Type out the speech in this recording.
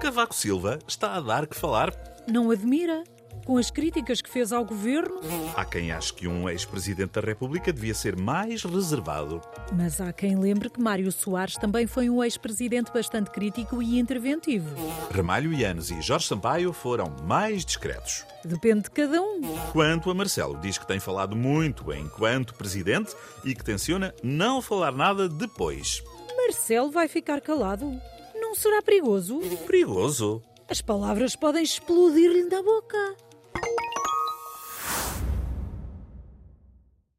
Cavaco Silva está a dar que falar. Não admira? Com as críticas que fez ao governo? Há quem ache que um ex-presidente da República devia ser mais reservado. Mas há quem lembre que Mário Soares também foi um ex-presidente bastante crítico e interventivo. Ramalho Yanes e Jorge Sampaio foram mais discretos. Depende de cada um. Quanto a Marcelo, diz que tem falado muito enquanto presidente e que tenciona não falar nada depois. Marcelo vai ficar calado. Não será perigoso? Perigoso. As palavras podem explodir-lhe da boca.